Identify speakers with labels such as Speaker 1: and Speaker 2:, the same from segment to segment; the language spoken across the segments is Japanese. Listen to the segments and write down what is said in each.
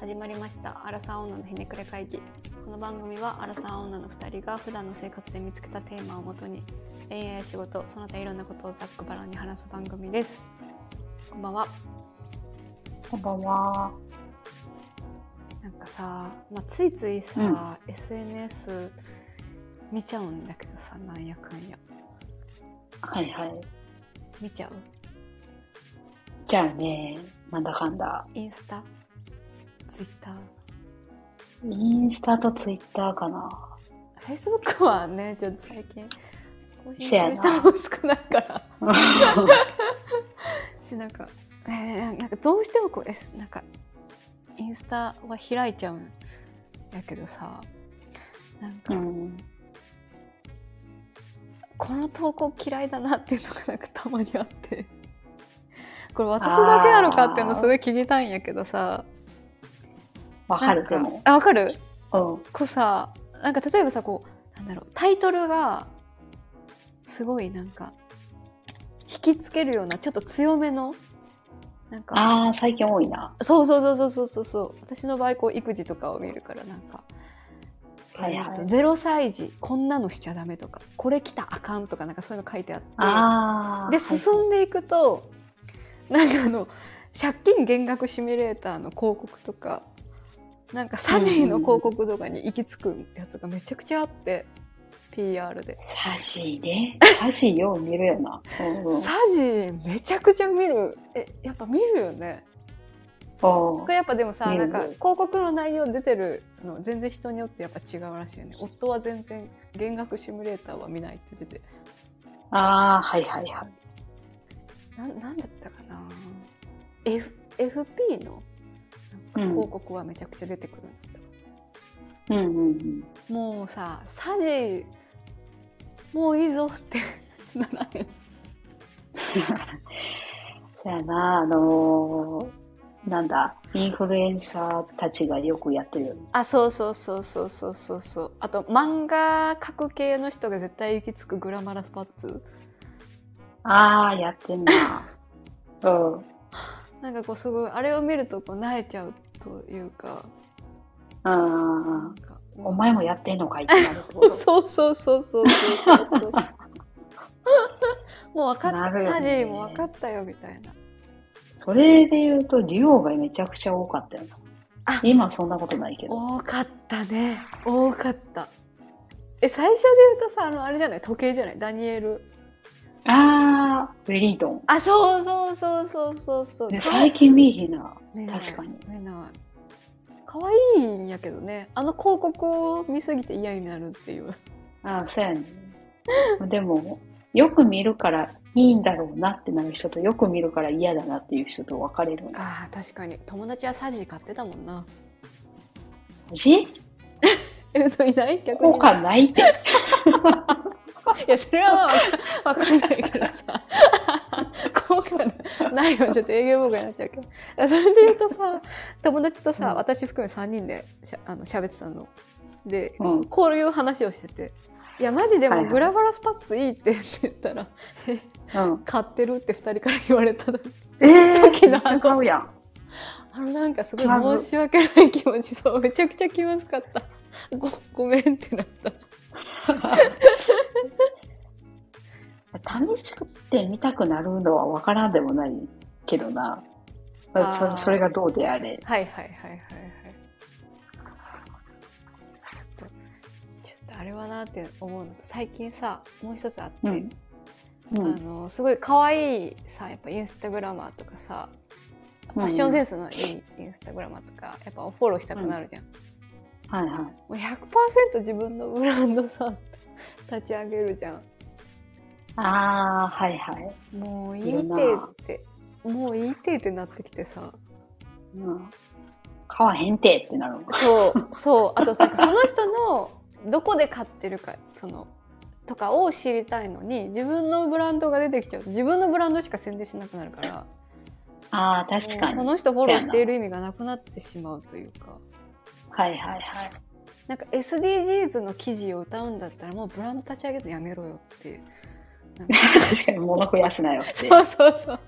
Speaker 1: 始まりましたアラサー女のひねくれ会議この番組はアラサー女の2人が普段の生活で見つけたテーマをもとに恋愛仕事その他いろんなことをざっくばらんに話す番組ですこんばんは
Speaker 2: こんばんは。
Speaker 1: なんかさ、まあ、ついついさ、SNS 見ちゃうんだけどさなんやかんや
Speaker 2: はいはい。
Speaker 1: 見ちゃう
Speaker 2: じゃあね、なんだかんだ。
Speaker 1: インスタツイッター
Speaker 2: インスタとツイッターか な。
Speaker 1: フェイスブックはねちょっと最近更新す
Speaker 2: せや
Speaker 1: る
Speaker 2: な
Speaker 1: 人も少ないからしなんか、えーなんかどうしてもこう、S、なんかインスタは開いちゃうんやけどさなんか、
Speaker 2: うん。
Speaker 1: この投稿嫌いだなっていうのがなんかたまにあって これ私だけなのかっていうのすごい聞きたいんやけどさ
Speaker 2: わかる
Speaker 1: なん
Speaker 2: でも。
Speaker 1: あわかる
Speaker 2: うん。
Speaker 1: こうさなんか例えばさこうなんだろうタイトルがすごいなんか引きつけるようなちょっと強めのなんか
Speaker 2: ああ、最近多いな。
Speaker 1: そうそうそうそうそうそうそう私の場合こう育児とかを見るからなんか、
Speaker 2: はいはい
Speaker 1: えーと0歳児こんなのしちゃダメとかこれ来たらあかんとかなんかそういうの書いてあって
Speaker 2: ああ。
Speaker 1: で
Speaker 2: はい
Speaker 1: 進んでいくと、なんかあの借金減額シミュレーターの広告とかなんかサジーの広告とかに行き着くやつがめちゃくちゃあって PR で、
Speaker 2: サジーね。サジーよう見るよな。うんうん
Speaker 1: サジーめちゃくちゃ見るえやっぱ見るよね
Speaker 2: お
Speaker 1: 僕やっぱでもさ
Speaker 2: 見
Speaker 1: な
Speaker 2: る
Speaker 1: んか広告の内容出てるの全然人によってやっぱ違うらしいよね夫は全然減額シミュレーターは見ないって言ってて
Speaker 2: ああ、はいはいはい。
Speaker 1: なんなんだったかな、F、FP のなんか広告はめちゃくちゃ出てくるんだったかな
Speaker 2: うんうんうん。
Speaker 1: もうさサジもういいぞってならへん
Speaker 2: そやな、あのーなんだ、インフルエンサーたちがよくやってるよね。
Speaker 1: あそうそうそうそうそうそうそうあと漫画描く系の人が絶対行き着くグラマラスパッツ
Speaker 2: ああ、やってんな。 うん。
Speaker 1: なんかこうすごいあれを見るとこう萎えちゃうというか
Speaker 2: うん
Speaker 1: な。んか
Speaker 2: お前もやってんのかいってなるってこと
Speaker 1: そうそうそうそうそうそうそう もう分か
Speaker 2: な
Speaker 1: った、
Speaker 2: るよね
Speaker 1: サジも分かったよみたいな
Speaker 2: それで言うと、リオがめちゃくちゃ多かったよな
Speaker 1: あ。
Speaker 2: 今そんなことないけど。
Speaker 1: 多かったね多かったえ最初で言うとさあのあれじゃない時計じゃないダニエル
Speaker 2: あー、ウェリントン。
Speaker 1: あそうそうそうそうそうそう
Speaker 2: で最近見えへんな。
Speaker 1: 見ない
Speaker 2: 確かに
Speaker 1: 見ない可愛いんやけどねあの広告を見すぎて嫌になるっていう
Speaker 2: あー、そうやね。 でも、よく見るからいいんだろうなってなる人と、よく見るから嫌だなっていう人と分かれるんや。
Speaker 1: あー確かに友達はサジ買ってたもんな
Speaker 2: 味
Speaker 1: え嘘いない逆に
Speaker 2: 効果ないって。
Speaker 1: いやそれはまあわかわかんないけど さ効果ないよちょっと営業妨害になっちゃうけどだからそれで言うとさ友達とさ、
Speaker 2: うん
Speaker 1: 私含め3人でしゃあの喋ってたので、
Speaker 2: うん
Speaker 1: こういう話をしてて「いやマジで
Speaker 2: はい
Speaker 1: も
Speaker 2: はい
Speaker 1: グラバラスパッツいいって」って言ったら「え
Speaker 2: うん。
Speaker 1: 買ってる?」って2人から言われたの
Speaker 2: えー、めっ
Speaker 1: 時
Speaker 2: ち
Speaker 1: の
Speaker 2: ゃ買うやん。
Speaker 1: あのなんかすご
Speaker 2: 気まず
Speaker 1: い申し訳ない気持ちそうめちゃくちゃ気まずかったごごめんってなった
Speaker 2: 試してみたくなるのは分からんでもないけどな。
Speaker 1: あー
Speaker 2: そそれがどうであれ。
Speaker 1: はいはいはいはいはい。ちょっとちょっとあれはなって思うのと最近さもう一つあって、
Speaker 2: うん。う
Speaker 1: あ
Speaker 2: ん。
Speaker 1: のすごい可愛いさやっぱインスタグラマーとかさファッションセンスのいいインスタグラマーとかやっぱフォローしたくなるじゃん、
Speaker 2: はいはい。
Speaker 1: もう100%自分のブランドさ立ち上げるじゃん
Speaker 2: ああ、はいはい。
Speaker 1: もうい
Speaker 2: い
Speaker 1: い
Speaker 2: る
Speaker 1: て
Speaker 2: な
Speaker 1: ってもういいてってなってきてさ
Speaker 2: うん。買わへんてってなるのか。
Speaker 1: そうそうあとなんかその人のどこで買ってるかそのとかを知りたいのに自分のブランドが出てきちゃうと自分のブランドしか宣伝しなくなるから
Speaker 2: ああ、確かに。
Speaker 1: もうこ
Speaker 2: はい
Speaker 1: の人フォローしている意味がなくなってしまうというか
Speaker 2: はいはい。
Speaker 1: なんか SDGs の記事を歌うんだったらもうブランド立ち上げるのやめろよっていう。なんか
Speaker 2: 確かに物増やすな よって。
Speaker 1: そうそうそう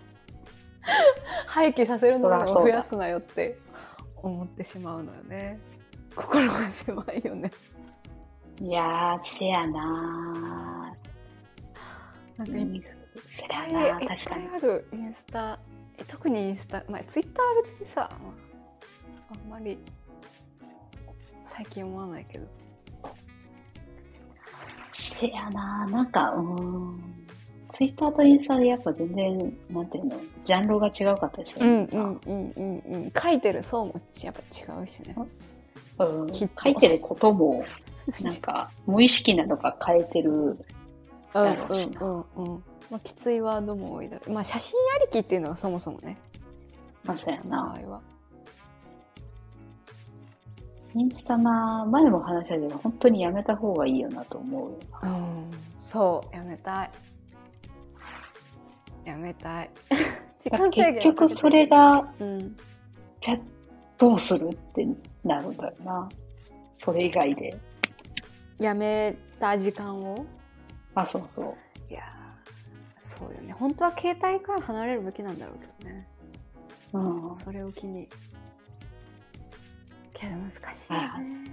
Speaker 1: 廃棄させるの
Speaker 2: そらそう
Speaker 1: を
Speaker 2: だ
Speaker 1: 増やすなよって思ってしまうのよね心が狭いよね
Speaker 2: いやー、せやな
Speaker 1: なんか
Speaker 2: ー。う
Speaker 1: いっ
Speaker 2: ん
Speaker 1: ぱ
Speaker 2: せ
Speaker 1: い
Speaker 2: やないー、
Speaker 1: っぱ
Speaker 2: 確か
Speaker 1: い
Speaker 2: に。
Speaker 1: あるインスタえ特にインスタまあツイッターは別にさあんまり最近思わないけど
Speaker 2: せやなー、なんか、うーん。ツイッターとインスタでやっぱ全然、なんていうの、ジャンルが違うかったりす
Speaker 1: う
Speaker 2: る
Speaker 1: ん
Speaker 2: のか
Speaker 1: うんうんうんうん書いてる層もやっぱ違うしね
Speaker 2: うん
Speaker 1: きっ
Speaker 2: 書
Speaker 1: と
Speaker 2: いてることも、なんか、無意識なのか変えてる。
Speaker 1: うん
Speaker 2: だろうしな
Speaker 1: うんうんうんまあきついワードも多いだろうまあ写真ありきっていうのがそもそもね
Speaker 2: まあ、そうや
Speaker 1: 場合
Speaker 2: な。
Speaker 1: は
Speaker 2: インスタな、前も話したけど、本当にやめた方がいいよなと思うよな。
Speaker 1: うんそうやめたいやめた い時間制限
Speaker 2: 結局それが、
Speaker 1: うん
Speaker 2: じゃあどうするってなるんだよな。それ以外で。
Speaker 1: やめた時間を
Speaker 2: あ、そうそう。
Speaker 1: いやーそうよね本当は携帯から離れるべきなんだろうけどね
Speaker 2: うん、
Speaker 1: それを機にけど難しいよね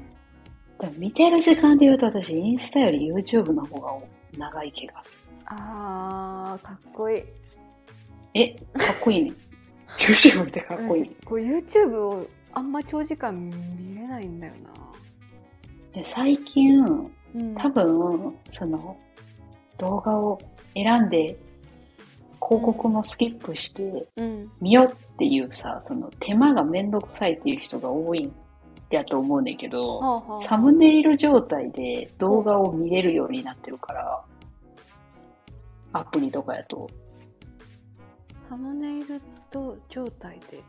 Speaker 2: でも見てる時間で言うと私インスタより YouTube の方が長い気がする
Speaker 1: あーかっこいい
Speaker 2: えかっこいい ね YouTube ってかっこいい
Speaker 1: 私こう YouTube をあんま長時間見れないんだよな、
Speaker 2: で最近
Speaker 1: うん
Speaker 2: 多分その動画を選んで広告もスキップして
Speaker 1: うん
Speaker 2: 見ようっていうさその手間がめんどくさいっていう人が多いんやと思うねんけど、
Speaker 1: はあはあ
Speaker 2: サムネイル状態で動画を見れるようになってるから、アプリとかやと
Speaker 1: サムネイルと状態で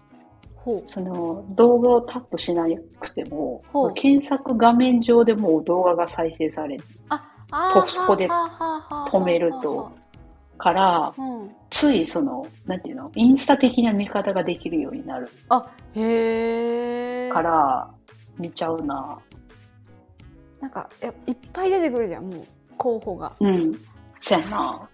Speaker 1: ほ
Speaker 2: その動画をタップしなくても
Speaker 1: ほう
Speaker 2: 検索画面上でもう動画が再生される
Speaker 1: あ
Speaker 2: とそこで
Speaker 1: 止
Speaker 2: 止めるとから
Speaker 1: うん、
Speaker 2: ついそのなんていうのインスタ的な見方ができるようになる
Speaker 1: あへえ
Speaker 2: から見ちゃうな
Speaker 1: なんかやいっぱい出てくるじゃんもう候補が
Speaker 2: うんそやな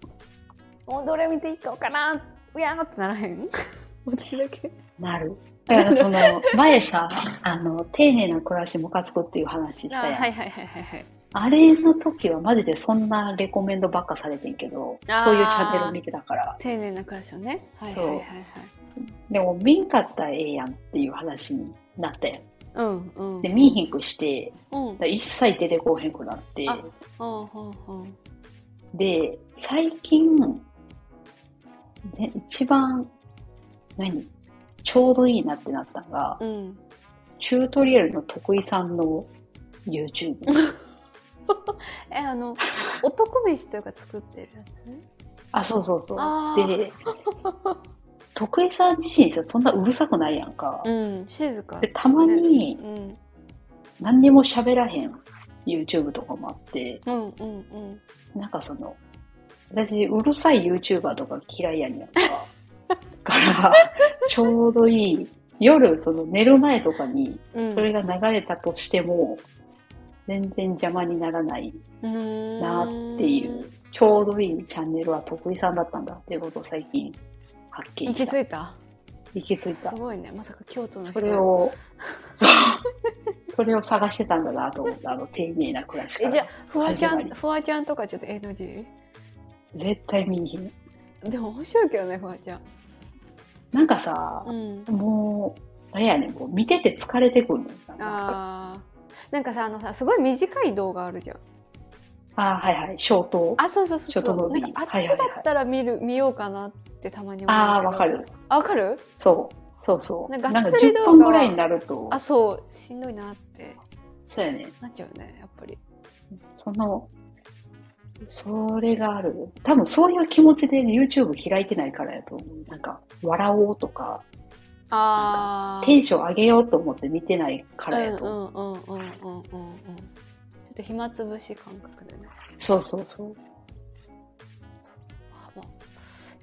Speaker 1: もうどれ見ていいかわからんうやーってならへん 私だけ
Speaker 2: な るだからその前さあの丁寧な暮らしムカつくっていう話したやんあ,、
Speaker 1: はいはいはいはいはい
Speaker 2: れの時はマジでそんなレコメンドばっかされてんけど
Speaker 1: あー
Speaker 2: そういうチャンネル見てたから
Speaker 1: 丁寧な暮らしをねはいは
Speaker 2: そ
Speaker 1: いうはいはい
Speaker 2: でも見んかったらええやんっていう話になったやん
Speaker 1: うんうん
Speaker 2: で見えへんくして
Speaker 1: うんうん
Speaker 2: だから一切出てこうへんくなって
Speaker 1: あうんうん
Speaker 2: で最近で一番何ちょうどいいなってなったのが、
Speaker 1: うん
Speaker 2: チュートリアルの徳井さんの YouTube
Speaker 1: えあの男飯というか作ってるやつ
Speaker 2: あそうそうそう
Speaker 1: あー
Speaker 2: で徳井さん自身さそんなうるさくないやんか、
Speaker 1: うん静か
Speaker 2: でたまに
Speaker 1: うん
Speaker 2: 何にも喋らへん YouTube とかもあって
Speaker 1: うんうんうん
Speaker 2: なんかその、私、うるさい YouTuber とか嫌いやね んやんか。から、ちょうどいい。夜、その寝る前とかに、
Speaker 1: うん
Speaker 2: それが流れたとしても、全然邪魔にならないな
Speaker 1: な
Speaker 2: っていう、ちょうどいいチャンネルは徳井さんだったんだっていうことを最近発見
Speaker 1: 行
Speaker 2: し
Speaker 1: き
Speaker 2: た。
Speaker 1: 着いた
Speaker 2: 行き着い
Speaker 1: すごいねまさか京都
Speaker 2: た。
Speaker 1: の人
Speaker 2: それを、そうそれを探してたんだなと思った、あの、丁寧な暮らしか
Speaker 1: え
Speaker 2: ら。
Speaker 1: じゃあフワちゃ
Speaker 2: 始
Speaker 1: ん
Speaker 2: まり
Speaker 1: フワちゃんとかちょっと NG
Speaker 2: 絶対見に行けない
Speaker 1: でも面白いけどねフワちゃん
Speaker 2: なんかさ、
Speaker 1: うん
Speaker 2: もう、あれやね、もう見てて疲れてくるの。あ
Speaker 1: あーなんかさあのさすごい短い動画あるじゃん
Speaker 2: あー、はいはい、消灯。
Speaker 1: あそうそうそうそ
Speaker 2: ショート
Speaker 1: う
Speaker 2: ム
Speaker 1: な
Speaker 2: ービー
Speaker 1: んかあっちだったら見る、見ようかなってたまに思う
Speaker 2: ああ、
Speaker 1: けど
Speaker 2: わかる。
Speaker 1: あわかる
Speaker 2: そう。そうそう。
Speaker 1: なんか
Speaker 2: なん
Speaker 1: が
Speaker 2: か
Speaker 1: っつり
Speaker 2: 10
Speaker 1: 動画
Speaker 2: 分ぐらいになると、
Speaker 1: あそうしんどいなって
Speaker 2: そうやね。
Speaker 1: なっちゃうねやっぱり
Speaker 2: その、それがある。多分そういう気持ちで YouTube 開いてないからやと思う。なんか、笑おうとか、
Speaker 1: ああ
Speaker 2: テンション上げようと思って見てないからやと
Speaker 1: う
Speaker 2: 思う。
Speaker 1: んうんうんうんうんうんうんちょっと暇つぶし感覚でね
Speaker 2: そうそうそう。
Speaker 1: はま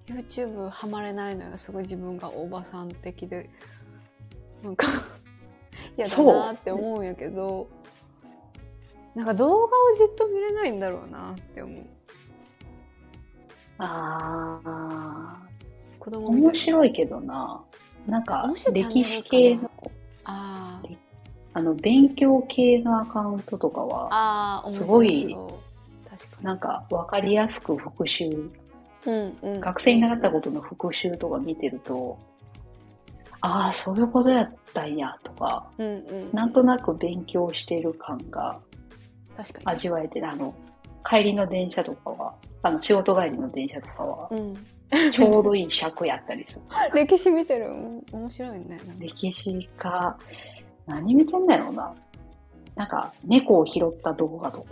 Speaker 1: YouTube ハマれないのがすごい自分がおばさん的でなんか 嫌だ
Speaker 2: そう
Speaker 1: なって思うんやけどなんか動画をじっと見れないんだろうなって思う
Speaker 2: ああ、
Speaker 1: 子供みたい
Speaker 2: 面白いけどな。なんか
Speaker 1: 面白、いチャンネルかな
Speaker 2: 歴史系の
Speaker 1: あー
Speaker 2: あの、勉強系のアカウントとかは、
Speaker 1: あー面白そう
Speaker 2: すごい
Speaker 1: 確かに
Speaker 2: なんかわかりやすく復習、
Speaker 1: うんうん、
Speaker 2: 学生に習ったことの復習とか見てると、ああ、そういうことやったんやとか、
Speaker 1: うんうん、
Speaker 2: なんとなく勉強してる感が
Speaker 1: 確かに
Speaker 2: 味わえて、あの、帰りの電車とかは、あの、仕事帰りの電車と かは、
Speaker 1: うん、
Speaker 2: ちょうどいい尺やったりする。
Speaker 1: 歴史見てるうん面白いねなんか
Speaker 2: 歴史か、何見てんだろうな。なんか、猫を拾った動画とか、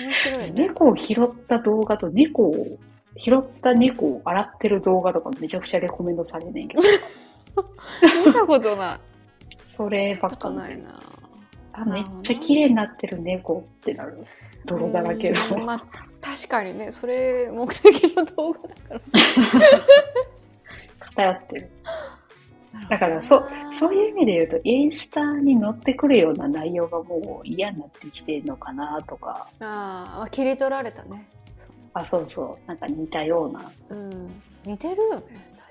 Speaker 1: 面白 いね
Speaker 2: 猫を拾った動画と猫を、拾った猫を洗ってる動画とかめちゃくちゃレコメンドされんね んけど、
Speaker 1: 見たことない
Speaker 2: それ
Speaker 1: 見た
Speaker 2: ばっ
Speaker 1: こ
Speaker 2: か
Speaker 1: と
Speaker 2: り
Speaker 1: ないな
Speaker 2: あめっちゃ綺麗になってる猫ってなる。泥だらけの。
Speaker 1: うんまあ確かにねそれ目的の動画だから
Speaker 2: 偏ってる。
Speaker 1: なるほどな
Speaker 2: だからそそういう意味で言うと、インスタに載ってくるような内容がもう嫌になってきてるのかなとか、
Speaker 1: あーまあ切り取られたねそ
Speaker 2: あ、そうそう、なんか似たような、
Speaker 1: う、うん、似てるよね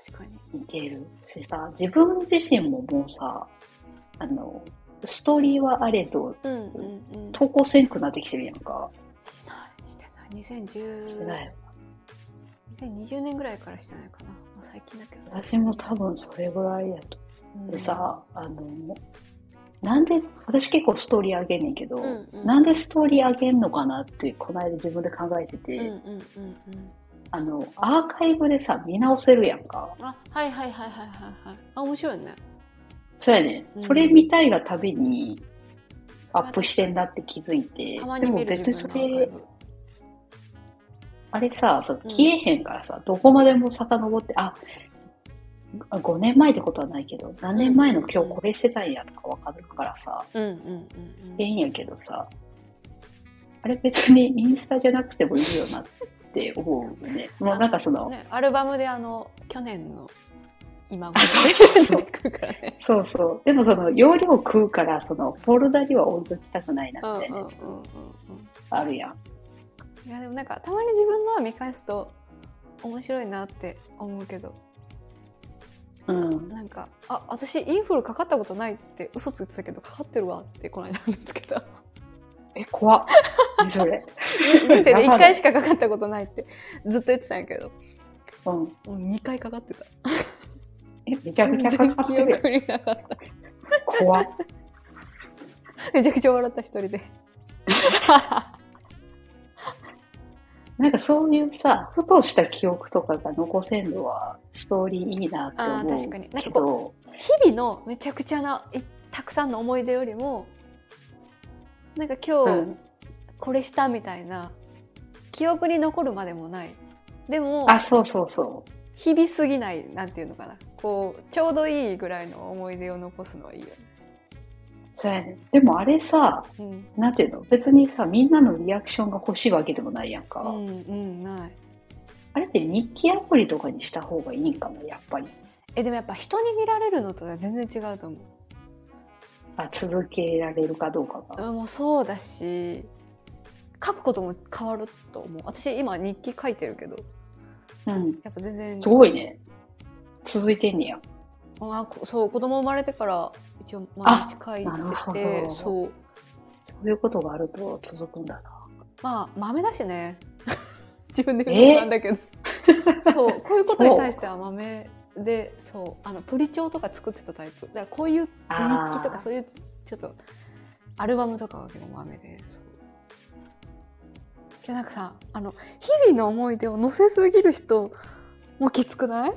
Speaker 1: 確かに
Speaker 2: 似てるしさ、自分自身ももうさ、あの、ストーリーはあれど、
Speaker 1: うんうんうん
Speaker 2: 投稿せんくなってきてるやんか。
Speaker 1: しないしてない
Speaker 2: して
Speaker 1: 2010
Speaker 2: ない。
Speaker 1: 2020年ぐらいからしてないかな、まあ、最近だけど、
Speaker 2: 私も多分それぐらいやと。
Speaker 1: うん
Speaker 2: でさ、あの、なんで、私結構ストーリー上げんねんけど、
Speaker 1: うんうん
Speaker 2: なんでストーリー上げんのかなって、この間自分で考えてて、
Speaker 1: うんうんうんうん
Speaker 2: あの、アーカイブでさ、見直せるやんか。
Speaker 1: あはいはいはいはいはいはいあ面白いね
Speaker 2: そうやね。
Speaker 1: うん
Speaker 2: それ見たいがたびに
Speaker 1: そ
Speaker 2: ア
Speaker 1: れは
Speaker 2: ップしてんだって気づいて
Speaker 1: たま、
Speaker 2: で
Speaker 1: に
Speaker 2: も
Speaker 1: 見る
Speaker 2: 別に
Speaker 1: 自
Speaker 2: そ
Speaker 1: 分のアー
Speaker 2: れ
Speaker 1: カイ、ブ
Speaker 2: あれさ、そう
Speaker 1: うん
Speaker 2: 消えへんからさ、どこまでも遡って、あ、あ5年前ってことはないけど、何年前の今日これしてたんやとかわかるからさ、
Speaker 1: うんうんうんうん
Speaker 2: ええんやけどさ、あれ別にインスタじゃなくてもいいよなって思うよね。もうなんかその、
Speaker 1: ね、アルバムであの去年の今頃
Speaker 2: あそう そうそう
Speaker 1: 出てくるからね。
Speaker 2: そうそう。でもその、容量食うから、その、フォルダには置いときたくないな
Speaker 1: うんうん
Speaker 2: み
Speaker 1: う
Speaker 2: たい
Speaker 1: ん
Speaker 2: な
Speaker 1: うん
Speaker 2: やつあるやん。
Speaker 1: うん。いやでもなんかたまに自分のは見返すと面白いなって思うけど、
Speaker 2: うん。
Speaker 1: なんかあ私インフルかかったことないって嘘ついてたけどかかってるわってこの間見つけ た。
Speaker 2: え、怖っ。何 それ。
Speaker 1: 人生で一
Speaker 2: やばい
Speaker 1: 回しかかかったことないってずっと言ってたんやけど、
Speaker 2: うん。
Speaker 1: もう二回かかってた。
Speaker 2: え、めちゃ
Speaker 1: 全
Speaker 2: くちゃ
Speaker 1: 然
Speaker 2: かかっ
Speaker 1: 記
Speaker 2: てるやん。
Speaker 1: 憶になかった。
Speaker 2: 怖っ。
Speaker 1: めちゃくちゃ笑った一人で。
Speaker 2: なんかそういうさ、ふとした記憶とかが残せんのは、ストーリーいいなって
Speaker 1: あー
Speaker 2: 思
Speaker 1: 確
Speaker 2: う
Speaker 1: かになん
Speaker 2: け
Speaker 1: か
Speaker 2: ど、
Speaker 1: 日々のめちゃくちゃないたくさんの思い出よりもなんか
Speaker 2: う
Speaker 1: 今日
Speaker 2: ん。
Speaker 1: これしたみたいな、記憶に残るまでもないでも
Speaker 2: あ、そうそうそう。
Speaker 1: 日々すぎないなんていうのかなこうちょうどいいぐらいの思い出を残すのはいいよね。
Speaker 2: そうやね。でもあれさ、
Speaker 1: うん、
Speaker 2: なんていうの別にさ、みんなのリアクションが欲しいわけでもないやんか。
Speaker 1: うん、うん、ない。
Speaker 2: あれって日記アプリとかにした方がいいんかな、やっぱり。
Speaker 1: えでもやっぱ人に見られるのとは全然違うと思う。
Speaker 2: あ続けられるかどうかが。
Speaker 1: あもうそうだし書くことも変わると思う。私今日記書いてるけど
Speaker 2: うん。
Speaker 1: やっぱ全然
Speaker 2: すごいね。続いてんねや。
Speaker 1: あこそう子供生まれてから一応毎日書い
Speaker 2: あなるほ
Speaker 1: てて
Speaker 2: ど
Speaker 1: そう
Speaker 2: そういうことがあると続くんだな。
Speaker 1: まあ豆だしね 自分で言うのもなんだ けど、そうこういうことに対しては豆でそうあのプリ帳とか作ってたタイプだからこういう日記と
Speaker 2: あ
Speaker 1: か
Speaker 2: ー
Speaker 1: そういうちょっとアルバムとかは結構豆でそうじゃなんかさあの日々の思い出を載せすぎる人もきつくない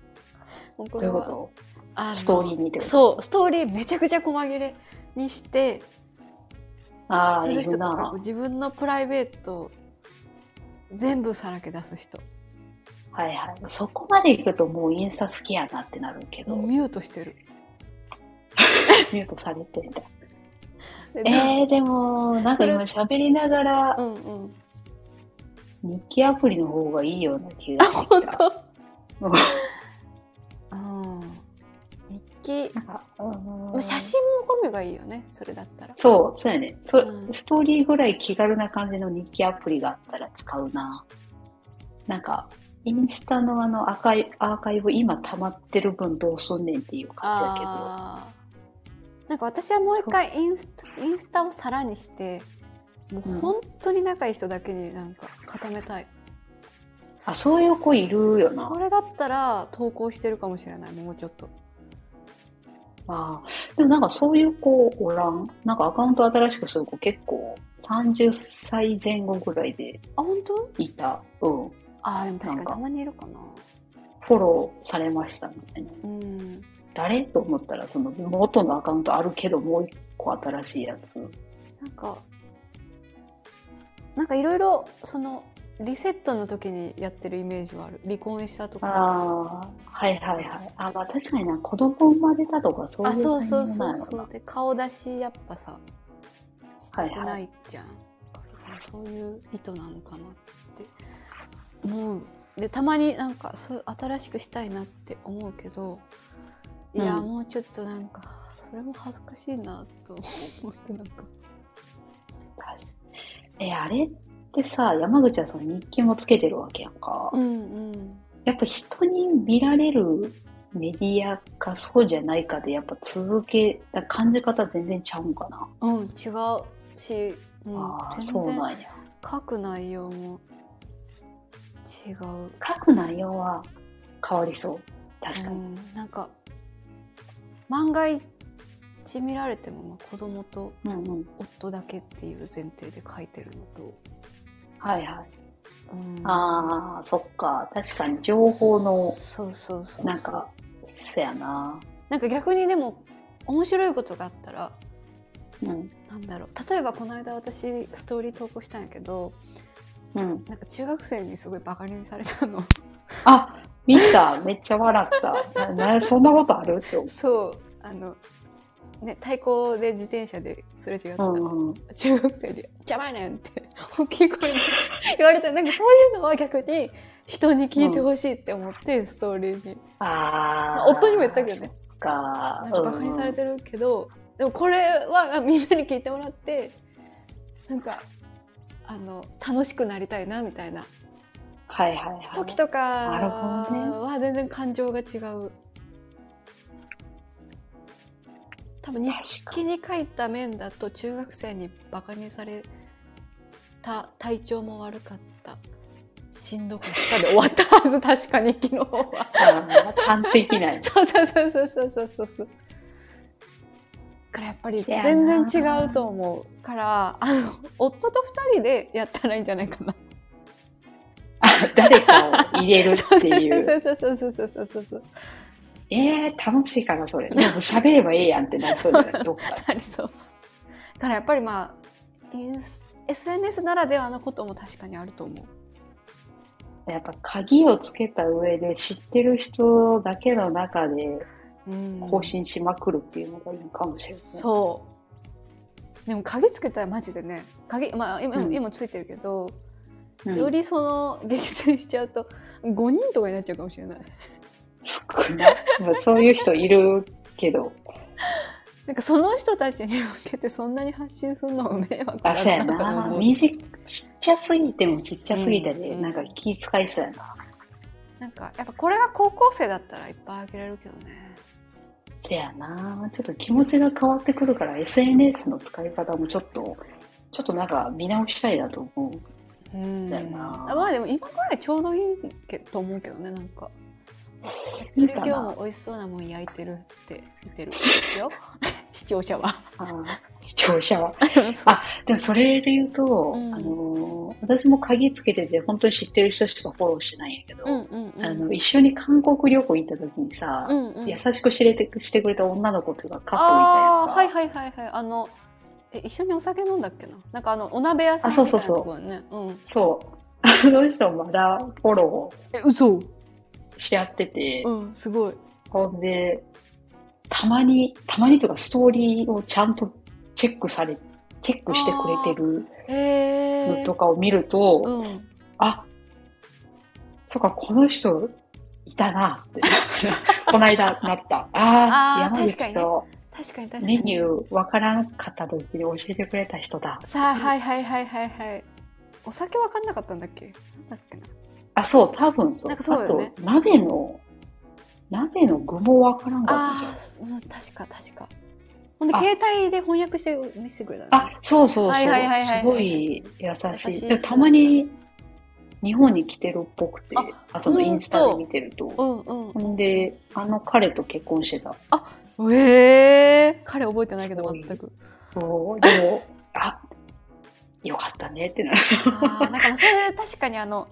Speaker 1: もうこ
Speaker 2: どういうこ
Speaker 1: あ
Speaker 2: と
Speaker 1: の
Speaker 2: ストーリーにってこと
Speaker 1: そうストーリーめちゃくちゃ細切れにして
Speaker 2: ああ、
Speaker 1: す
Speaker 2: い
Speaker 1: る
Speaker 2: る
Speaker 1: 人とか
Speaker 2: な。
Speaker 1: 自分のプライベートを全部さらけ出す人
Speaker 2: はいはい。そこまで行くともうインスタ好きやなってなるけど、
Speaker 1: もう
Speaker 2: ミ
Speaker 1: ミュートしてる。
Speaker 2: ュートされてみたい。
Speaker 1: で
Speaker 2: えー、でも、なんか今喋りながら
Speaker 1: う、んうん、
Speaker 2: 日記アプリの方がいいよう な気が
Speaker 1: あ
Speaker 2: して
Speaker 1: 本
Speaker 2: きた。
Speaker 1: 当
Speaker 2: うん
Speaker 1: うん日記
Speaker 2: なんかうー
Speaker 1: まあ
Speaker 2: ん
Speaker 1: 写真も込みがいいよねそれだったら
Speaker 2: そう、そうやね。そ
Speaker 1: うん
Speaker 2: ストーリーぐらい気軽な感じの日記アプリがあったら使うな。なんか、インスタのあのアーカイアーカイブ今溜まってる分どうすんねんっていう感じやけど。
Speaker 1: あーなんか私はもう一回インスタインスタをさらにしてもう本当に仲いい人だけになんか固めたい、
Speaker 2: あ、そういう子いるよ
Speaker 1: そ
Speaker 2: な。
Speaker 1: れだったら投稿してるかもしれないもうちょっと
Speaker 2: あーでもなんかそういう子おらん。なんかアカウント新しくする子結構30歳前後ぐらいで
Speaker 1: あ本当
Speaker 2: いた。うん。
Speaker 1: あーでも確か
Speaker 2: なん
Speaker 1: に
Speaker 2: か
Speaker 1: たまにいるかな
Speaker 2: フォローされましたみたいな。
Speaker 1: うん
Speaker 2: 誰と思ったら、その元のアカウントあるけど、もう一個新しいやつ。
Speaker 1: なんかなんかいろいろそのリセットの時にやってるイメージはある離婚したと
Speaker 2: あ
Speaker 1: か
Speaker 2: あ、はいはいはい。あ、まあ確かにな、子供生まれたとかそうい
Speaker 1: あ
Speaker 2: う
Speaker 1: そうそう
Speaker 2: タイミングな
Speaker 1: そう
Speaker 2: んやろ
Speaker 1: そうで顔出しやっぱさしたくないじゃん、そういう意図なのかなって思うでたまになんかそう新しくしたいなって思うけどいや、
Speaker 2: うん
Speaker 1: もうちょっとなんかそれも恥ずかしいなと思って なんか
Speaker 2: な確かにえ、あれってさ、山口はその日記もつけてるわけやんか。
Speaker 1: んうん
Speaker 2: やっぱ人に見られるメディアかそうじゃないかで、やっぱ続け、だから感じ方全然ちゃうんかな。
Speaker 1: うん違うし、うん
Speaker 2: あ、あ、そ
Speaker 1: 全
Speaker 2: う
Speaker 1: 然
Speaker 2: なんや。
Speaker 1: 書く内容も違う
Speaker 2: 書く内容は変わりそう。確か
Speaker 1: う
Speaker 2: に。
Speaker 1: ん、なんか万が一見られてもまあ子供と
Speaker 2: うんうん。
Speaker 1: 夫だけっていう前提で書いてるのと、
Speaker 2: はいはい。
Speaker 1: うん、
Speaker 2: ああ、そっか。確かに情報の、
Speaker 1: そうそうそうそう
Speaker 2: なんか、せやな。
Speaker 1: なんか逆にでも面白いことがあったら
Speaker 2: うん。
Speaker 1: なんだろう例えばこの間私ストーリー投稿したんやけど
Speaker 2: うん。
Speaker 1: なんか中学生にすごいバカにされたの
Speaker 2: あ、見た。めっちゃ笑った。な、なそんなことあるって思
Speaker 1: そうあのね対抗で自転車ですれ違った、
Speaker 2: う。うんうん。
Speaker 1: 中学生で「邪魔やねん」って大きい声で言われてなんかそういうのは逆に人に聞いてほしいって思ってストーリーに、ま
Speaker 2: あ
Speaker 1: あ
Speaker 2: あ。
Speaker 1: 夫にも言ったけどね
Speaker 2: そっか。
Speaker 1: なんかバカにされ
Speaker 2: る。
Speaker 1: てるけど、でもこれはみんなに聞いてもらってなんかあの楽しくなりたいなみたいな
Speaker 2: はいはいはい。
Speaker 1: 時とか
Speaker 2: なるほど
Speaker 1: は全然感情が違う。多分日
Speaker 2: 確か
Speaker 1: 記に書いた面だと中学生にバカにされた体調も悪かったしんどかったで終わったはず確か日 記の方は
Speaker 2: あー端的なやつ。
Speaker 1: そうそうそうそうそうそうそうだからやっぱり
Speaker 2: せやな
Speaker 1: 全然違うと思うからあの夫と2人でやったらいいんじゃないかな
Speaker 2: 誰かを入れるって いう。
Speaker 1: そうそうそうそうそうそうそうそう
Speaker 2: ええー、楽しいから、それ。でも喋ればええやんってなりそうじゃないどっかで。
Speaker 1: ありそうだからやっぱりまあインス SNS ならではのことも確かにあると思う
Speaker 2: やっぱ鍵をつけた上で知ってる人だけの中で
Speaker 1: うん
Speaker 2: 更新しまくるっていうのがいいかもしれない。
Speaker 1: そうでも鍵つけたらマジでね鍵まあ今,、
Speaker 2: うん
Speaker 1: 今ついてるけど、
Speaker 2: うん
Speaker 1: よりその激戦しちゃうと5人とかになっちゃうかもしれない
Speaker 2: 少ない。まあそういう人いるけど、
Speaker 1: なんかその人たちに向けてそんなに発信するのも迷惑
Speaker 2: あ、 そう
Speaker 1: だ
Speaker 2: や
Speaker 1: なと
Speaker 2: な。
Speaker 1: 思う
Speaker 2: 短くちっちゃすぎてもちっちゃすぎてで、
Speaker 1: うん
Speaker 2: なんか気遣いそうやな。
Speaker 1: なんかやっぱこれが高校生だったらいっぱいあげれるけどね
Speaker 2: せやな。ちょっと気持ちが変わってくるから、SNS の使い方もちょっと、ちょっとなんか見直したいなと思う。
Speaker 1: うん
Speaker 2: だよな
Speaker 1: まあでも今ぐらいちょうどいいけと思うけどねなんか「
Speaker 2: いい
Speaker 1: 今
Speaker 2: か
Speaker 1: 日
Speaker 2: な
Speaker 1: も。美味しそうなもん焼いてる」って見てる よ 視聴者は
Speaker 2: あー視聴者は。
Speaker 1: そう
Speaker 2: あでもそれで言うと、
Speaker 1: うん
Speaker 2: あのー私も鍵つけてて本当に知ってる人しかフォローしてないんやけど、
Speaker 1: うんうんうん
Speaker 2: あの一緒に韓国旅行行った時にさ、
Speaker 1: うんうん
Speaker 2: 優しく知れてしてくれた女の子というかカ
Speaker 1: あ
Speaker 2: ッ
Speaker 1: あ
Speaker 2: プ
Speaker 1: は
Speaker 2: ル
Speaker 1: い
Speaker 2: みたいな
Speaker 1: はいはいはいあのえ一緒にお酒飲んだっけななんかあのお鍋屋さん
Speaker 2: あ
Speaker 1: み
Speaker 2: そ
Speaker 1: た
Speaker 2: う
Speaker 1: いな
Speaker 2: そうそう
Speaker 1: ところねうん
Speaker 2: そう あの人まだフォロ
Speaker 1: え嘘
Speaker 2: ーし合ってて、
Speaker 1: うんすごい
Speaker 2: ほんでたまにたまにとかストーリーをちゃんとチェックされチェックしてくれてる
Speaker 1: へ
Speaker 2: の
Speaker 1: え
Speaker 2: とかを見ると、
Speaker 1: うん
Speaker 2: あ、そっか、この人、いたなって。 この間なった。あ
Speaker 1: あ
Speaker 2: あ、
Speaker 1: ー
Speaker 2: 山口と
Speaker 1: 確かに確か
Speaker 2: メニ
Speaker 1: に
Speaker 2: ューわからなかった時に教えてくれた人だ。
Speaker 1: さあはいはいはいはいはいお酒わかんなかったんだっけなんだっけな
Speaker 2: あ、そう、多分そう。
Speaker 1: なんかそうよね
Speaker 2: あと、鍋の、鍋の具もわからんかったんじゃ
Speaker 1: あ
Speaker 2: ん
Speaker 1: あ、すうん、確か確か。ほんで
Speaker 2: あ
Speaker 1: 携帯で翻訳して見せてくれたのね。
Speaker 2: あ、そうそうそう。
Speaker 1: はいはいはいはいはい
Speaker 2: すごい優し
Speaker 1: 優
Speaker 2: い。
Speaker 1: しい
Speaker 2: でもたまに日本に来てるっぽくて
Speaker 1: あ、
Speaker 2: あそのインスタで見てると。
Speaker 1: うんうん
Speaker 2: ほんで、あの彼と結婚してた。
Speaker 1: うん。ええ彼覚えてないけど
Speaker 2: すごい
Speaker 1: 全く。
Speaker 2: そう でも、あ、よかったねってなる。
Speaker 1: ああ、だからそれ確かにあの、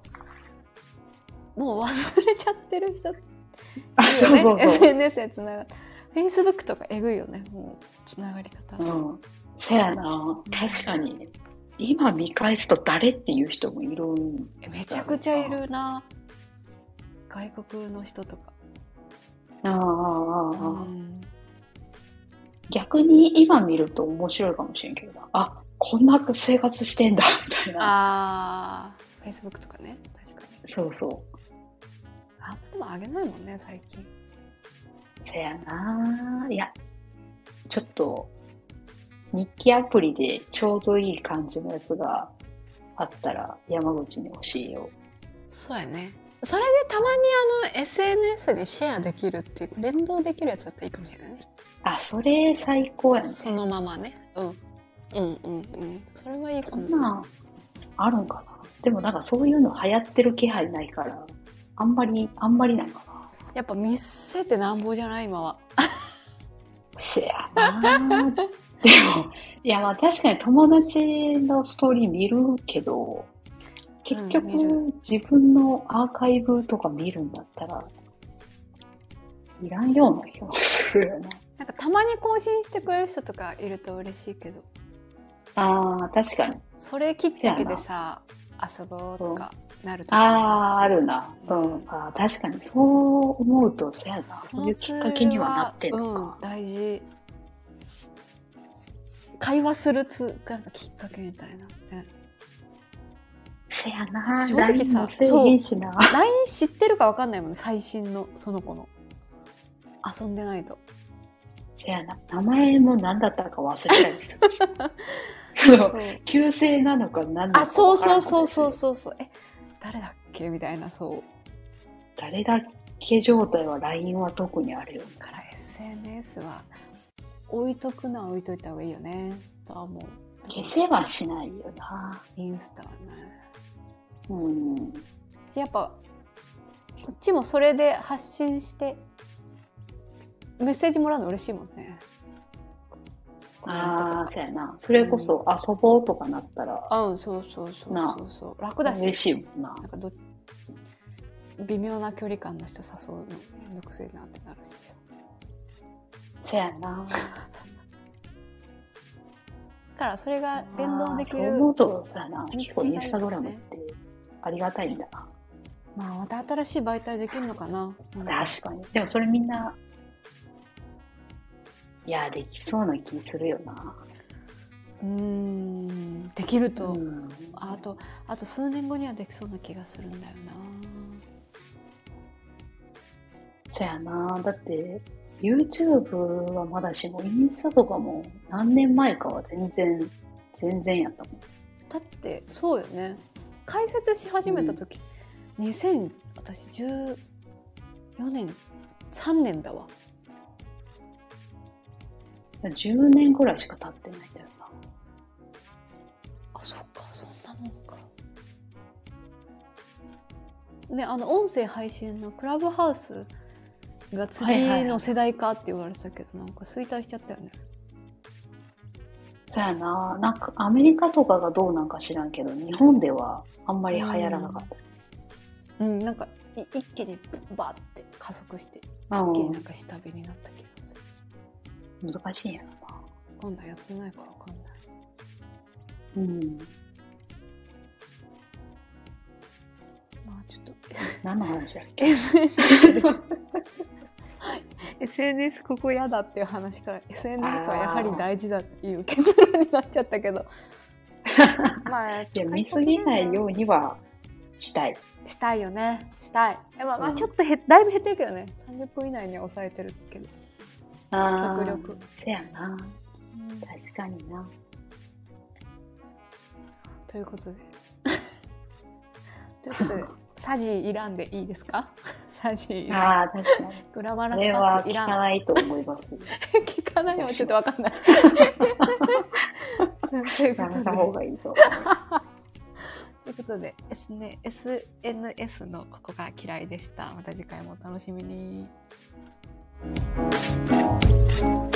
Speaker 1: もう忘れちゃってる人い
Speaker 2: あ、
Speaker 1: るよ
Speaker 2: そう
Speaker 1: ね。
Speaker 2: そうそう。
Speaker 1: SNS でつながっ Facebook とかえぐいよね、もう、つながり方。
Speaker 2: うん。せやな。確かに。今見返すと誰っていう人もいるん
Speaker 1: えめちゃくちゃいるな。外国の人とか。
Speaker 2: あああ
Speaker 1: う
Speaker 2: あああ
Speaker 1: ん
Speaker 2: 逆に今見ると面白いかもしれんけどな。あ、こんな生活してんだ、みたいな。
Speaker 1: ああ、Facebook とかね、確かに。
Speaker 2: そうそう。
Speaker 1: あんまでもあげないもんね、最近。
Speaker 2: せやなぁ。いや、ちょっと、日記アプリでちょうどいい感じのやつがあったら山口に教えよ
Speaker 1: そうやね。それでたまにあの SNS にシェアできるっていう、連動できるやつだったらいいかもしれないね。
Speaker 2: う。あ、それ最高やね。
Speaker 1: そのままね。うん。うんうんうん。それはいいか
Speaker 2: そ
Speaker 1: も
Speaker 2: ん。なんあるんかな。でもなんかそういうの流行ってる気配ないから、あんまり、あんまりなんかな。
Speaker 1: やっぱ見せてなんぼじゃない今は。
Speaker 2: せやなぁ。でも、いやまあ確かに友達のストーリー見るけど、結局
Speaker 1: うん見る
Speaker 2: 自分のアーカイブとか見るんだったら、いらんような気もするよね。
Speaker 1: なんかたまに更新してくれる人とかいると嬉しいけど、
Speaker 2: ああ、確かに。
Speaker 1: それきっかけでさ、遊ぼうとかなると思います
Speaker 2: ああ、あるな。うん。あー確かに。そう思うと、そやな。
Speaker 1: そ
Speaker 2: そ
Speaker 1: の
Speaker 2: ういうきっかけにはなってん
Speaker 1: ツー
Speaker 2: のか。
Speaker 1: ルはうん、大事会話するつなんかきっかけみたいな、ね、
Speaker 2: せやな。
Speaker 1: 正直さ
Speaker 2: LINE もせえへんしな。
Speaker 1: LINE 知ってるかわかんないもんね最新のその子の遊んでないと
Speaker 2: せやな。名前も何だったか忘れたりする し。そう。
Speaker 1: う
Speaker 2: 旧姓なのか何なのか
Speaker 1: あそう
Speaker 2: わから
Speaker 1: そ
Speaker 2: ん
Speaker 1: う
Speaker 2: か
Speaker 1: そ
Speaker 2: も
Speaker 1: う
Speaker 2: しれ
Speaker 1: そ
Speaker 2: ん
Speaker 1: うそうそうえ誰だっけみたいなそう
Speaker 2: 誰だっけ状態は LINE は特にあるよね。
Speaker 1: だから SNS は置いとくのは置いといた方がいいよねとは思う
Speaker 2: 消せはしないよな。
Speaker 1: インスタはね
Speaker 2: うん。
Speaker 1: しやっぱこっちもそれで発信してメッセージもらうの嬉しいもんねコメントと
Speaker 2: あ
Speaker 1: か
Speaker 2: あ、そうやな。それこそ遊ぼうとかなったら
Speaker 1: あうんそうそうそう
Speaker 2: なあ
Speaker 1: そうそう楽だし
Speaker 2: 嬉しいもんな。
Speaker 1: なんかど微妙な距離感の人誘うのめんどくせえなってなるしさ
Speaker 2: そうやな。
Speaker 1: だからそれが連動でき
Speaker 2: あーそう
Speaker 1: る
Speaker 2: 思うと、そうやな。結構
Speaker 1: 日記がいいよ
Speaker 2: イ
Speaker 1: ね
Speaker 2: ンスタグラムってありがたいんだな。
Speaker 1: まあまた新しい媒体できるのかな、うん
Speaker 2: 確かに。でもそれみんな、いやー、できそうな気するよな。
Speaker 1: うーんできると、
Speaker 2: うん
Speaker 1: あとあと数年後にはできそうな気がするんだよな
Speaker 2: そやなだって YouTube はまだしもインスタとかも何年前かは全然全然やったもん
Speaker 1: だってそうよね解説し始めた時、2000私14年3年だわ
Speaker 2: 10年ぐらいしか経ってないんだよな
Speaker 1: あそっかそんなもんかねあの音声配信のクラブハウスが
Speaker 2: はいはい
Speaker 1: 次
Speaker 2: は
Speaker 1: の
Speaker 2: い
Speaker 1: 世代かって言われてたけど、なんか衰退しちゃったよね
Speaker 2: そやななんかアメリカとかがどうなんか知らんけど日本ではあんまり流行らなかっ
Speaker 1: うんなんかい一気にバーって加速して
Speaker 2: た、
Speaker 1: 一
Speaker 2: う
Speaker 1: 気に
Speaker 2: ん
Speaker 1: なんか下火になった気がする
Speaker 2: 難しいんやろな
Speaker 1: 今度はやってないから分かんない
Speaker 2: うん
Speaker 1: まあちょっと
Speaker 2: 何の話だっけ
Speaker 1: SNS で SNS ここ嫌だっていう話から SNS はやはり大事だっていう結論になっちゃったけどまあ
Speaker 2: いや見すぎないようにはしたい
Speaker 1: したいよねしたいえまあまあ
Speaker 2: うん
Speaker 1: ちょっとへだいぶ減ってるけどね30分以内には抑えてるけど
Speaker 2: あ
Speaker 1: 極
Speaker 2: ー
Speaker 1: 力
Speaker 2: せやな確かにな
Speaker 1: ということでということでサジいらんでいいですか サジいらん
Speaker 2: ああ、確かに。
Speaker 1: グラマ
Speaker 2: こ
Speaker 1: ラス
Speaker 2: れ
Speaker 1: パ
Speaker 2: は
Speaker 1: ッツ
Speaker 2: 聞
Speaker 1: いら
Speaker 2: か
Speaker 1: ん
Speaker 2: ないと思い ます。
Speaker 1: 聞かないはちょっとわかん ない。というこ
Speaker 2: やめ
Speaker 1: と
Speaker 2: た
Speaker 1: で
Speaker 2: 方がいいと思
Speaker 1: ということで、S ね、SNS のここが嫌いでした。また次回もお楽しみに。
Speaker 2: う。